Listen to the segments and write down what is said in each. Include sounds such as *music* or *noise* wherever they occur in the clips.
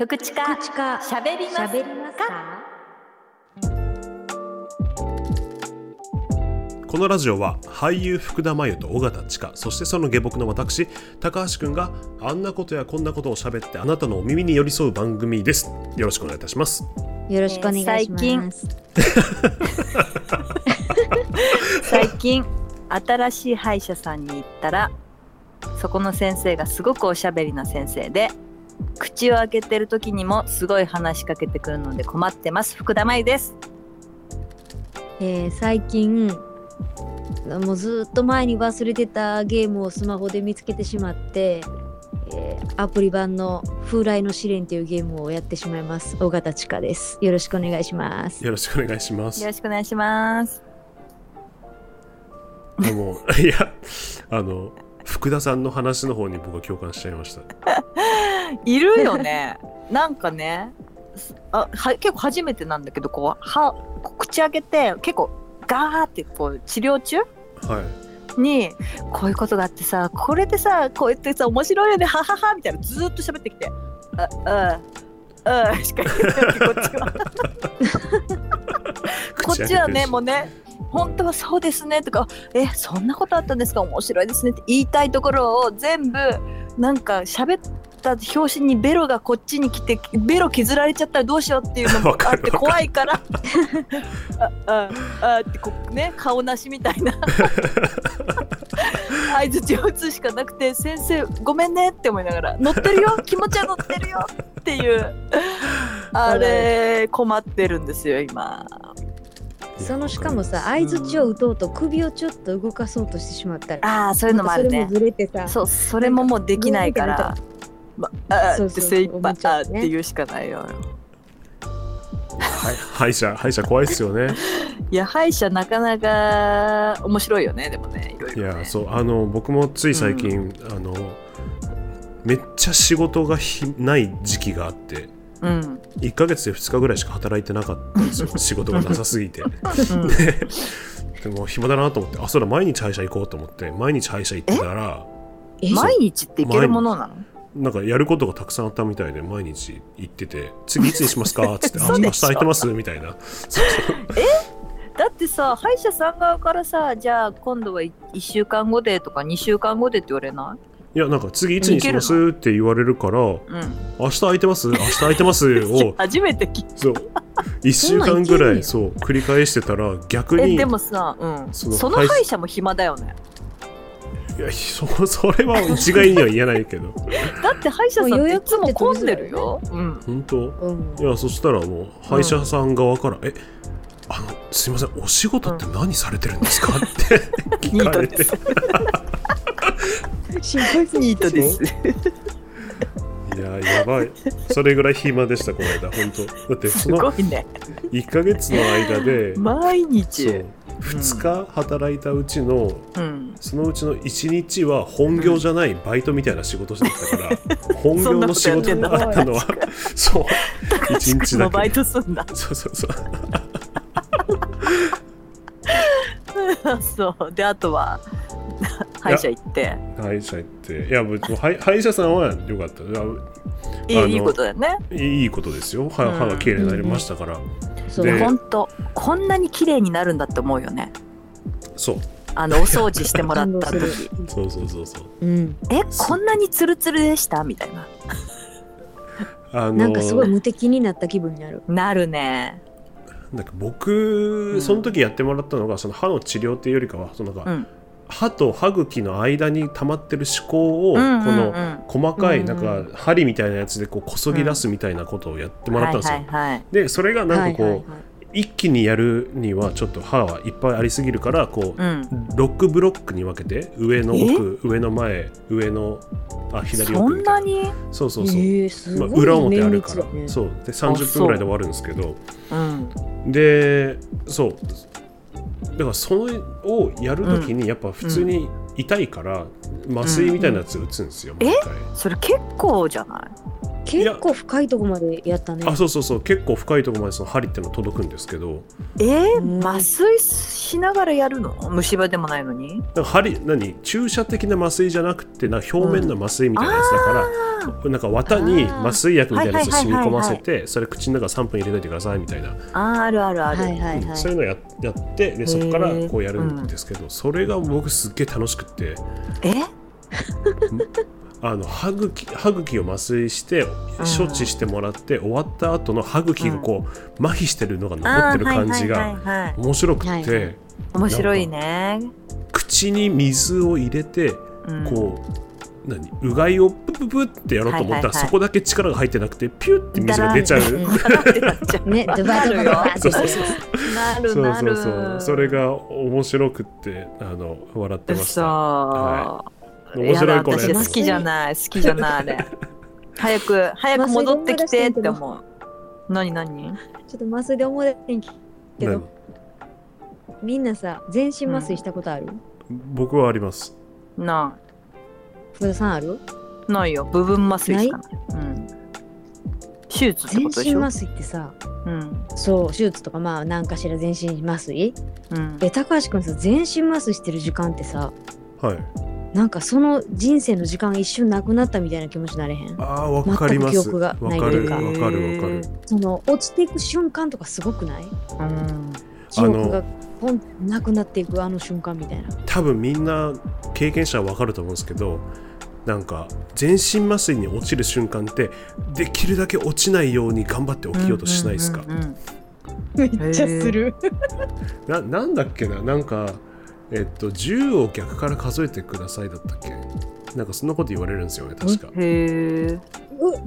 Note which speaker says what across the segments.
Speaker 1: 福地かしゃべります
Speaker 2: 喋りますか
Speaker 3: このラジオは俳優福田真由と尾形千佳そしてその下僕の私高橋くんがあんなことやこんなことを喋ってあなたのお耳に寄り添う番組ですよろしくお願いいたします
Speaker 2: よろしくお願いします。
Speaker 1: えー最近最近新しい歯医者さんに行ったらそこの先生がすごくおしゃべりな先生で口を開けてる時にもすごい話しかけてくるので困ってます福田麻衣です
Speaker 2: えー最近もうずっと前に忘れてたゲームをスマホで見つけてしまって、えーアプリ版の風来の試練というゲームをやってしまいます。尾形千佳です。よろしくお願いします。
Speaker 3: よろしくお願いします
Speaker 1: よろしくお願いします
Speaker 3: あの *laughs* いやあの福田さんの話の方に僕は共感しちゃいました
Speaker 1: いるよね *laughs* なんかねあは結構初めてなんだけどこう歯こう口開けて結構ガーってこう治療中
Speaker 3: はい
Speaker 1: にこういうことがあってさこれでさこうやってさ面白いよねはははみたいなずーっと喋ってきて「あうんうん」しか言ってないこっ
Speaker 3: *laughs*
Speaker 1: ちはこっちはねもう
Speaker 3: う
Speaker 1: ね本当はそうですねとかえそんなことあったんですか面白いですねって言いたいところを全部なんか喋った表紙にベロがこっちに来てベロ削られちゃったらどうしようっていうのも
Speaker 3: *laughs* わか
Speaker 1: あっ
Speaker 3: る
Speaker 1: て
Speaker 3: わかる
Speaker 1: 怖いから *laughs* あああってこうね顔なしみたいな相槌を打つしかなくて先生ごめんねって思いながら乗ってる *laughs* よ気持ちは乗ってるよって *laughs* いうあれ困ってるんですよ今。
Speaker 2: そのしかもさ、相槌を打とうと首をちょっと動かそうとしてしまったら、
Speaker 1: ああそういうのもある
Speaker 2: な
Speaker 1: ね
Speaker 2: んか。それもずれてさ、
Speaker 1: そうそれももうできないか
Speaker 2: なん
Speaker 1: ら、まあ
Speaker 2: そ
Speaker 1: ー
Speaker 2: う
Speaker 1: って
Speaker 2: そう
Speaker 1: 精一
Speaker 2: 思
Speaker 1: 杯
Speaker 2: っち
Speaker 1: あ
Speaker 2: ゃう
Speaker 1: ー
Speaker 2: よ
Speaker 1: っ
Speaker 2: ね
Speaker 1: て言うしかないよ。
Speaker 3: はい歯医者歯医者怖いですよね
Speaker 1: いや歯医者なかなか面白いよねでもねいろい
Speaker 3: い
Speaker 1: ろ、ね。
Speaker 3: やそうあの僕もつい最近、あのめっちゃ仕事がひない時期があって
Speaker 1: うん *laughs* うん
Speaker 3: 1ヶ月で2日ぐらいしか働いてなかったんです
Speaker 1: *laughs*
Speaker 3: よ仕事がなさすぎてでも暇だなと思ってあそれ毎日歯医者行こうと思って毎日歯医者行ってたら
Speaker 2: え
Speaker 1: 毎日っていけるものなの？
Speaker 3: なんかやることがたくさんあったみたいで毎日行ってて「次いつにしますか?」っ
Speaker 1: *laughs*
Speaker 3: つって「あ
Speaker 1: 嘘でしょ
Speaker 3: 明日空いてます?」みたいな
Speaker 1: だってさ歯医者さん側からさじゃあ今度は1週間後でとか2週間後でって言われない
Speaker 3: 「いやなんか次いつにします?」って言われるから「
Speaker 1: い？
Speaker 3: 明日空いてます明日空いてま
Speaker 1: *laughs*
Speaker 3: す」
Speaker 1: うん
Speaker 3: を
Speaker 1: 初めて聞い
Speaker 3: そう1週間ぐらいそう繰り返してたら逆に
Speaker 1: え
Speaker 3: い
Speaker 1: でもさ、うん、
Speaker 3: そ
Speaker 1: その
Speaker 3: の歯医
Speaker 1: 歯医者も暇だよね
Speaker 3: やそそれは一概には言えないけど
Speaker 1: だって歯医者さん
Speaker 2: も
Speaker 1: っ
Speaker 2: う予
Speaker 1: てい
Speaker 2: 約
Speaker 1: つも混んでる
Speaker 2: ってど
Speaker 1: よ、うん、
Speaker 3: 本当
Speaker 2: うん
Speaker 3: いやそしたらもう歯医者さん側から「えあのすいませんお仕事って何されてるんです
Speaker 1: *laughs*
Speaker 3: か?」って
Speaker 1: ニー
Speaker 3: 聞か
Speaker 1: ト
Speaker 3: れ
Speaker 1: で
Speaker 3: て
Speaker 1: す
Speaker 2: 心配する
Speaker 1: ニートです
Speaker 3: いややばいそれぐらい暇でしたこの間本当だって
Speaker 1: す
Speaker 3: その
Speaker 1: ごいね
Speaker 3: 1ヶ月の間で
Speaker 1: 毎
Speaker 3: そ
Speaker 1: 日
Speaker 3: う2日働いたうちの
Speaker 1: うん
Speaker 3: そのうちの1日は本業じゃないバイトみたいな仕事してたから
Speaker 1: *laughs*
Speaker 3: 本業の仕事があったのはそう1日だ
Speaker 1: のバ
Speaker 3: け
Speaker 1: イトすんだ *laughs*
Speaker 3: そうそうそう
Speaker 1: そうであとは歯医者行って
Speaker 3: 歯医者行っていやもう歯医歯医者さんは良かったいや
Speaker 1: い
Speaker 3: あの
Speaker 1: いいいことだよね
Speaker 3: いいことですよ歯
Speaker 1: うん
Speaker 3: 歯が綺麗になりましたから、
Speaker 2: そう
Speaker 3: で
Speaker 1: ほんとこんなに綺麗になるんだって思うよね
Speaker 3: そう
Speaker 1: あ
Speaker 3: *laughs*
Speaker 1: のお掃除してもらった
Speaker 2: 感動す
Speaker 1: 時
Speaker 2: る
Speaker 3: そうそうそうそう
Speaker 2: うん、
Speaker 1: えこんなにツルツルでしたみたいな
Speaker 3: あの
Speaker 2: なんかすごい無敵になった気分になる。
Speaker 1: なるね
Speaker 3: なんか僕、
Speaker 1: うん
Speaker 3: その時やってもらったのがその歯の治療っていうよりかはそのなんか、
Speaker 1: うん
Speaker 3: 歯と歯茎の間に溜まってる歯垢を、
Speaker 1: うんうんうん
Speaker 3: この細かい
Speaker 2: うん
Speaker 3: な
Speaker 2: うんん
Speaker 3: か針みたいなやつでこうこそぎ出すみたいなことをやってもらったんですよ。
Speaker 1: はいはいはい
Speaker 3: でそれがなんかこう、
Speaker 2: はいはいはい
Speaker 3: 一気にやるにはちょっと歯はいっぱいありすぎるからこう、
Speaker 1: うん
Speaker 3: 6ブロックに分けて上の奥上の前上のあ左
Speaker 1: そ
Speaker 3: 奥
Speaker 1: ん
Speaker 3: みた
Speaker 1: ない
Speaker 3: な
Speaker 1: に
Speaker 3: そうそうそう、
Speaker 2: えーす
Speaker 3: ま
Speaker 2: ご
Speaker 3: あ、
Speaker 2: い
Speaker 3: 裏表あるから、
Speaker 2: 綿密だね
Speaker 3: そうで30分ぐらいで終わるんですけど。
Speaker 1: うん
Speaker 3: でそうだからそれをやるときにやっぱ普通に痛いから麻酔みたいなやつ打つんですよ、
Speaker 1: うん
Speaker 3: 毎
Speaker 1: それ結構じゃない
Speaker 3: 回
Speaker 2: 結構深いとこまでやったね
Speaker 3: あそうそうそう結構深いところまでその針っての届くんですけど
Speaker 1: え
Speaker 2: うん
Speaker 1: ー、麻酔しながらやるの虫歯でもないのに
Speaker 3: なんか針何注射的な麻酔じゃなくてなんか表面の麻酔みたいなやつだから、
Speaker 1: あ
Speaker 3: なんか綿に
Speaker 2: あー
Speaker 3: 麻酔薬みたいなやつを染み
Speaker 1: は
Speaker 3: 込ませ
Speaker 1: いはいはい
Speaker 3: てそれ口の中3分入れといてくださいみたいな、
Speaker 1: ーあーあるあるある、
Speaker 2: はいはい
Speaker 3: うん
Speaker 2: は
Speaker 3: そう
Speaker 2: い
Speaker 3: いうのややってでそこから
Speaker 1: へー
Speaker 3: こうやるんですけど、それが僕すっげえ楽しくって
Speaker 1: え
Speaker 3: あの歯茎歯茎を麻酔して処置してもらって、終わった後の歯茎がこう、麻痺してるのが残っ
Speaker 1: あー
Speaker 3: てる
Speaker 1: はい
Speaker 3: 感
Speaker 1: は
Speaker 3: じ
Speaker 1: いはい
Speaker 3: が
Speaker 1: はい
Speaker 3: 面白くって、
Speaker 2: はいはい
Speaker 1: 面白いね、
Speaker 3: 口に水を入れて
Speaker 1: うん、
Speaker 3: こう、何うがいをプププってやろうと思ったら、
Speaker 1: はいはいはい
Speaker 3: そこだけ力が入ってなくてピュッて水が出ちゃう。
Speaker 2: だら
Speaker 1: だらってなっちゃう
Speaker 2: ねドバドバドバって
Speaker 3: そうそうそう
Speaker 1: なる
Speaker 3: そう
Speaker 1: な
Speaker 3: そう
Speaker 1: る
Speaker 3: そうそれが面白くってあの笑ってまし
Speaker 1: 嘘、
Speaker 3: たは面
Speaker 1: や
Speaker 3: 白い
Speaker 1: だ
Speaker 3: これ
Speaker 1: 私好きじゃ
Speaker 2: *laughs*
Speaker 1: ない好きじゃないあれ早く早く戻ってきてって思う何何
Speaker 2: ちょっと麻酔で思い出してんけ
Speaker 3: 何
Speaker 2: どみんなさ全身麻酔したことある、
Speaker 3: 僕はあります
Speaker 1: な
Speaker 2: 福田さんある
Speaker 1: いないよ部分麻酔しかないうん、手術って
Speaker 2: 全
Speaker 1: ことでし
Speaker 2: 身
Speaker 1: ょ
Speaker 2: 麻酔ってさ
Speaker 1: うん
Speaker 2: そう手術とかまあ何かしら全身麻酔
Speaker 1: うん
Speaker 2: え高橋君さ全身麻酔してる時間ってさ
Speaker 3: はい
Speaker 2: なんかその人生の時間一瞬なくなったみたいな気持ちになれへん
Speaker 3: あーわかります
Speaker 2: 全く記憶が
Speaker 3: わ
Speaker 2: ない
Speaker 3: か
Speaker 2: とい
Speaker 3: る
Speaker 2: うか
Speaker 3: わかるわかる
Speaker 2: その落ちていく瞬間とかすごくない
Speaker 1: うん
Speaker 2: 記憶がポンってなくなっていくあの瞬間み
Speaker 3: *laughs*
Speaker 2: たいな
Speaker 3: 多分みんな経験者はわかると思うんですけどなんか全身麻酔に落ちる瞬間ってできるだけ落ちないように頑張って起きようとしないですか、
Speaker 1: うんうんうん
Speaker 2: め
Speaker 1: っちゃす
Speaker 2: る
Speaker 3: ななんだっけななんかえっと10を逆から数えてくださいだったっけなんかそんなこと言われるんですよね確か
Speaker 1: うんへえ
Speaker 2: え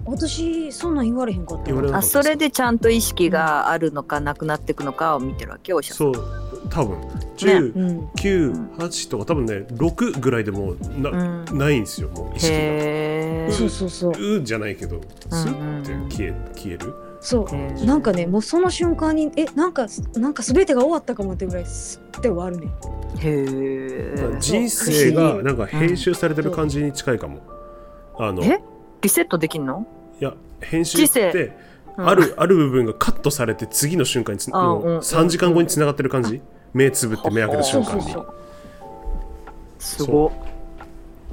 Speaker 2: 私そんなん言われへんかった
Speaker 3: 言われな
Speaker 1: あ
Speaker 3: かった
Speaker 1: そ
Speaker 3: です
Speaker 1: れでちゃんと意識があるのかなくなっていくのかを見てるわけお医者さん
Speaker 3: そう多分10、
Speaker 2: うん
Speaker 3: 98とか多分ね6ぐらいでもうな,、
Speaker 1: うん
Speaker 3: ないんですよもう意識が。
Speaker 1: へえ
Speaker 2: そうそうそう
Speaker 3: うーじゃないけどスッ
Speaker 1: う
Speaker 3: て
Speaker 1: んうんうん
Speaker 3: 消え消える
Speaker 2: そ
Speaker 1: へー
Speaker 2: うなんかねもうその瞬間にえなんかなんか全てが終わったかもってぐらいスッて終わるね
Speaker 1: へ
Speaker 3: だから
Speaker 1: え
Speaker 3: 人生
Speaker 2: そ
Speaker 3: が
Speaker 2: う
Speaker 3: なんか編集されてる感じに近いかも。あのい
Speaker 1: えリセットできんの
Speaker 3: や編集っ
Speaker 1: 人
Speaker 3: てあるある部分がカットされて次の瞬間につ
Speaker 1: あ
Speaker 3: もう
Speaker 1: うんうん
Speaker 3: 3時間後に繋がってる感じ目つぶって目開けた
Speaker 2: そ
Speaker 3: 瞬
Speaker 2: うそ
Speaker 3: 間
Speaker 2: う
Speaker 3: に
Speaker 2: そう
Speaker 1: すごっ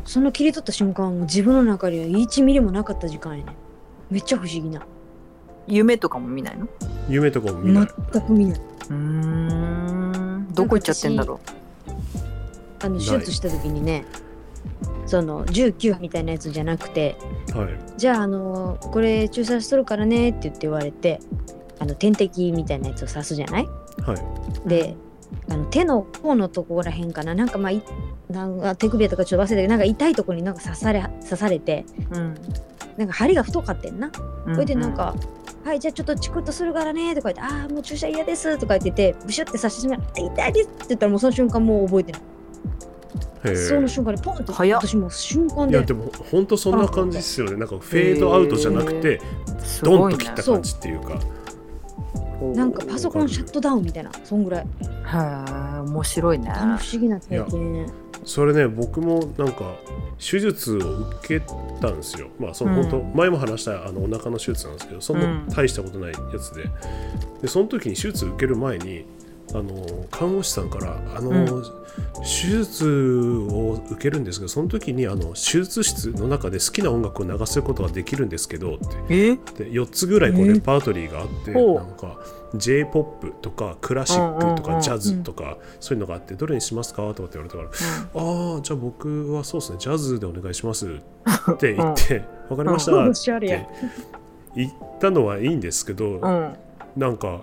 Speaker 2: その切り取った瞬間自分の中には1ミリもなかった時間やねめっちゃ不思議な
Speaker 1: 夢とかも見ないの
Speaker 3: 夢とかも見ない
Speaker 2: 全く見ないう
Speaker 1: ーんどこ行っちゃってんだろ
Speaker 2: あの
Speaker 3: ない
Speaker 2: 手術した時にねその19みたいなやつじゃなくて
Speaker 3: はい
Speaker 2: じゃあ、あのこれ注射しとるからねって言って言われてあの点滴みたいなやつを刺すじゃない
Speaker 3: はい
Speaker 2: であの手の甲のとこらへんかななんかまあいなんか手首やとかちょっと忘れたけどなんか痛いとこになんか刺され刺されて
Speaker 1: う、うん
Speaker 2: なんか針が太かってんな、
Speaker 1: うん
Speaker 2: それでなんか「はいじゃあちょっとチクッとするからね」とか言って「ああもう注射嫌です」とか言っててブシュって刺してしまう「痛いです」って言ったらもうその瞬間もう覚えてない、
Speaker 3: へー
Speaker 2: その瞬間にポンと
Speaker 1: 早っ
Speaker 2: 私もう瞬間
Speaker 3: いや
Speaker 2: で
Speaker 3: でも本当そんな感じっすよねなんかフェードアウトじゃなくて
Speaker 1: す
Speaker 3: ド
Speaker 1: ご
Speaker 3: ン
Speaker 1: い
Speaker 3: と
Speaker 1: ね
Speaker 3: 切った感じっていうか
Speaker 2: なんかパソコンシャットダウンみたいなそんぐらい
Speaker 1: へえ面白いね
Speaker 2: あの不思議な体験
Speaker 3: それね僕もなんか手術を受けたんですよまあその
Speaker 1: うん
Speaker 3: 本当、前も話したあのお腹の手術なんですけどそんな
Speaker 1: うん
Speaker 3: 大したことないやつで,、でその時に手術受ける前にあの看護師さんからあの、
Speaker 1: う
Speaker 3: 手術を受けるんですけどその時にあの手術室の中で好きな音楽を流すことができるんですけどって
Speaker 1: え
Speaker 3: で4つぐらいこう
Speaker 1: えー
Speaker 3: レパートリーがあって、
Speaker 1: ほう
Speaker 3: なんか j p o p とかクラシックと
Speaker 1: うんうんう
Speaker 3: か
Speaker 1: ん
Speaker 3: ジャズとかそういうのがあってどれにしますかとかって言われたから「ああじゃあ僕はそうですねジャズでお願いします」って言って「わかりました」
Speaker 2: *laughs* うん
Speaker 3: っ
Speaker 2: うん
Speaker 3: て言ったのはいいんですけど、
Speaker 1: うん
Speaker 3: なんか *laughs*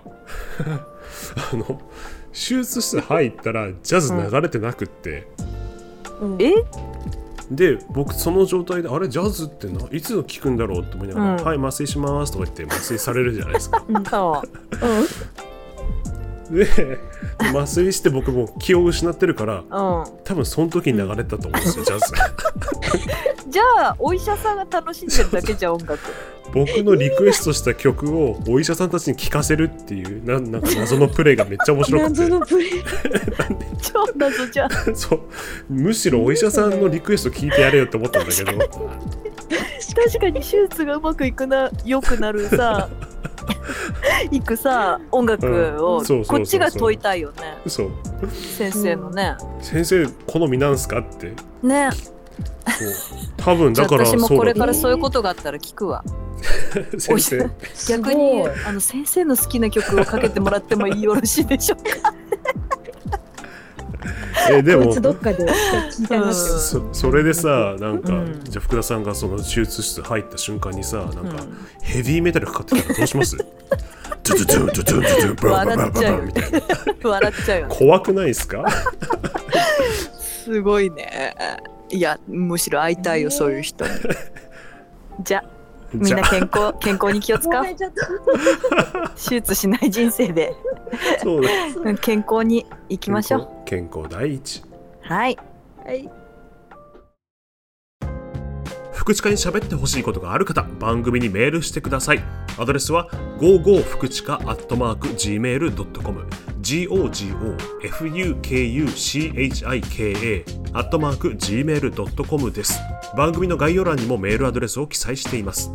Speaker 3: あの手術室入ったらジャズ流れてなくって。
Speaker 2: うん
Speaker 1: え
Speaker 3: で僕その状態であれジャズってないつ聞くんだろうって思いなが
Speaker 1: う
Speaker 3: ら「
Speaker 1: ん
Speaker 3: はい麻酔します」とか言って麻酔されるじゃないですか
Speaker 1: そ
Speaker 3: で麻酔して僕もう気を失ってるから
Speaker 1: う、う
Speaker 3: 多分その時に流れてたと思うんですよジャズ
Speaker 1: ん、じゃあお医者さんが楽しんでるだけじゃん音楽
Speaker 3: 僕のリクエストした曲をお医者さんたちに聴かせるっていうななんか謎のプレイがめっちゃ面白く
Speaker 2: 謎
Speaker 3: て
Speaker 2: のプレイ
Speaker 1: 超謎じゃん
Speaker 3: そうむしろお医者さんのリクエスト聞いてやれよって思ったんだけど
Speaker 1: 確かに手術がうまくいくな良くなるさ *laughs* いくさ音楽
Speaker 3: う
Speaker 1: を
Speaker 3: んそうそうそうそう
Speaker 1: こっちが問いたいよね
Speaker 3: そう
Speaker 1: 先生のね、
Speaker 3: 先生好みなんすかって
Speaker 1: ね
Speaker 3: そう多分
Speaker 1: じゃ
Speaker 3: だ
Speaker 1: あ
Speaker 3: から
Speaker 1: 私も
Speaker 3: そう
Speaker 1: これ
Speaker 3: だ
Speaker 1: か
Speaker 3: と思
Speaker 1: ら
Speaker 3: う
Speaker 1: そういうことがあったら聞くわ
Speaker 3: 先生
Speaker 2: すご
Speaker 1: 逆
Speaker 2: い
Speaker 1: にあの先生の好きな曲をかけてもらってもよろしいでしょうか
Speaker 3: えで
Speaker 2: こ
Speaker 3: も
Speaker 2: いつどっかで聞いたなって
Speaker 1: うん
Speaker 3: そそれでさなんか、
Speaker 1: うん
Speaker 3: じゃあ福田さんがその手術室入った瞬間にさなんか、
Speaker 1: うん
Speaker 3: ヘビーメタルかかってたらどうしますドゥドゥドゥドゥドゥドゥブラブラブラブラみたいな
Speaker 1: *laughs* 笑っちゃうよね
Speaker 3: 怖くないですか
Speaker 1: すごいねいやむしろ会いたいよ、
Speaker 2: ね
Speaker 1: そういう人にじゃみ
Speaker 3: じ
Speaker 1: ん
Speaker 3: ゃ
Speaker 1: な
Speaker 3: あ
Speaker 1: 健康健康に気を使
Speaker 2: も
Speaker 1: おう
Speaker 2: う泣いちゃった
Speaker 1: 手術しない人生で
Speaker 3: そうだ
Speaker 1: うん健康にいきましょう
Speaker 3: 健康健康第一
Speaker 1: はい
Speaker 2: はい
Speaker 3: 福知課に喋ってほしいことがある方番組にメールしてくださいアドレスは55福知課 gmail.com gogofukuchika gmail.com です番組の概要欄にもメールアドレスを記載しています